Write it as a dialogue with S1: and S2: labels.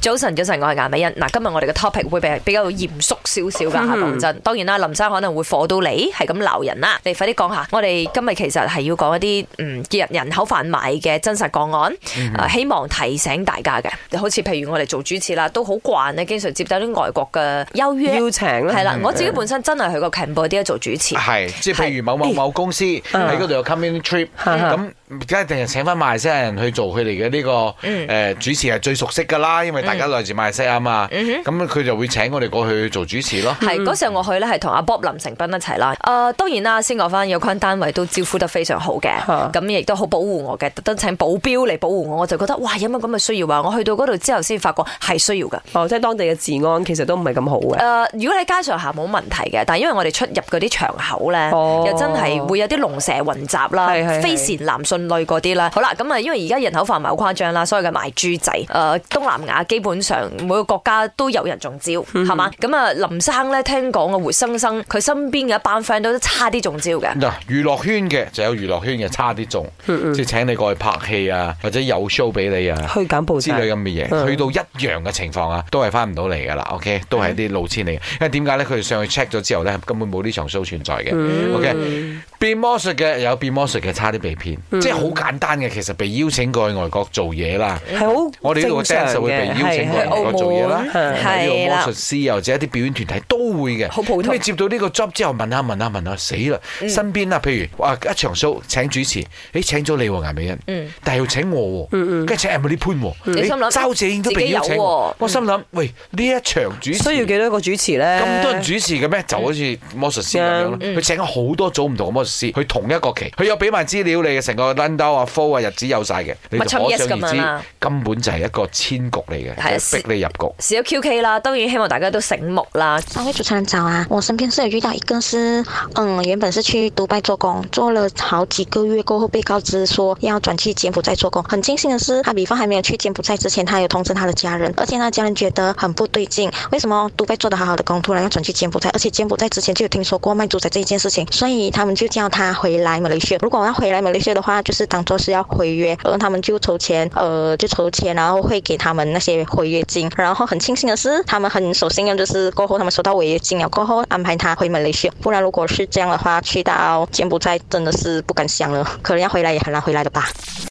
S1: 早晨，早晨，我係顏美欣。嗱，今日我哋嘅 topic 會比比較嚴肅少少㗎嚇，講真。當然啦，林生可能會火到你，係咁鬧人啦。你快啲講下，我哋今日其實係要講一啲嗯人人口販賣嘅真實個案，啊希望提醒大家嘅。好似譬如我哋做主持啦，都好慣咧，經常接到啲外國嘅邀約，
S2: 邀請啦嗯
S1: 係啦，我自己本身真係去過 Cambodia 做主持。
S3: 係，即係譬如某某某公司喺嗰度有 coming trip，咁
S2: 啊
S3: 而家定係請翻馬來西亞人去做佢哋嘅呢個誒主持係最熟悉㗎啦，因為大家來自馬來西亞嘛，咁佢就會請我哋過去做主持咯。
S1: 係嗰時候我去咧係同阿 Bob 林成斌一齊啦。誒、呃當然啦，先講翻有關單位都招呼得非常好嘅
S2: 嚇，
S1: 咁亦都好保護我嘅，特登請保鏢嚟保護我，我就覺得哇有乜咁嘅需要啊！我去到嗰度之後先發覺係需要㗎。
S2: 哦，即係當地嘅治安其實都唔係咁好
S1: 誒、
S2: 嘅。
S1: 呃如果喺街上行冇問題嘅，但係因為我哋出入嗰啲場口咧，
S2: 哦
S1: 又真係會有啲龍蛇混雜啦
S2: 係係係，
S1: 非善男信女嗰啲啦。好啦，咁啊，因為而家人口販賣好誇張啦，所有嘅賣豬仔，誒、東南亞基本上每個國家都有人中招，
S2: 嗯
S1: 係嘛、咁啊，林生咧聽講啊，活生生佢身邊嘅一班 friend 都差啲中招嘅。
S3: 嗱，娛樂圈嘅就有娛樂圈嘅差啲中，即係請你過去拍戲啊，或者有 show 俾你啊。
S2: 去柬埔
S3: 之
S2: 寨
S3: 類咁嘅
S2: 嗯
S3: 嘢，去到一樣嘅情況啊，都係翻唔到嚟㗎啦。OK，都係啲路痴嚟嘅，因為點解咧？佢哋上去 check 咗之後咧，根本冇呢場 show 存在嘅。OK，變魔術嘅有變魔術嘅，差啲被騙，即係好簡單嘅。其實被邀請過去外國做嘢啦。
S2: 係好
S3: 我哋呢度
S2: 正常
S3: dance 會被邀請過
S2: 嘅
S3: 去
S2: 係
S3: 外國做嘢啦，
S1: 係澳門係
S3: 呢度魔
S1: 啦
S3: 術師又或者一啲表演團體都會嘅。
S1: 好普通
S3: 咁你接到呢個 job 之後，問下問下問下，死啦！身邊啊，譬如哇一場 show 請主持，誒請咗你喎顏美欣，但係要請我喎，跟住請 Emily 潘喎，
S1: 你
S3: 誒
S1: 心諗
S3: 周子英都被邀
S1: 自己
S3: 請
S1: 有喎
S3: 喎，我心諗喂呢一場主持
S2: 需要幾多個主持咧？
S3: 咁多人主持嘅咩？就好似魔術師咁樣咯，
S1: 嗯
S3: 佢請咗好多組唔同嘅魔術師，佢同一個期，佢有俾埋資料你嘅，成個 l o n d o 啊、f o 啊、日子有晒嘅，你就
S1: 咪唱
S3: 可
S1: yes
S3: 想
S1: 咁樣
S3: 而
S1: 啦
S3: 知，根本就係一個千局嚟
S1: 係啊
S3: 嘅，就係逼你入局。
S1: 試咗 QK 啦，當然希望大家都醒目啦。
S4: 三位主持人早啊！我身边是有遇到一个是，嗯，原本是去迪拜做工，做了好几个月过后，被告知说要转去柬埔寨做工。很庆幸的是，他比方还没有去柬埔寨之前，他有通知他的家人，而且他家人觉得很不对劲，为什么迪拜做的好好的工，突然要转去柬埔寨？而且柬埔寨之前就有听说过卖猪仔这一件事情，所以他们就叫他回来马来西亚。如果要回来马来西亚的话，就是当做是要回约，然后他们就筹钱，呃，就筹钱，然后会给他们那些回约金。然后很庆幸的是，他们很守信用，就是过后他们收到违约金了，过后安排他回马来西亚。不然如果是这样的话，去到柬埔寨真的是不敢想了，可能要回来也很难回来的吧。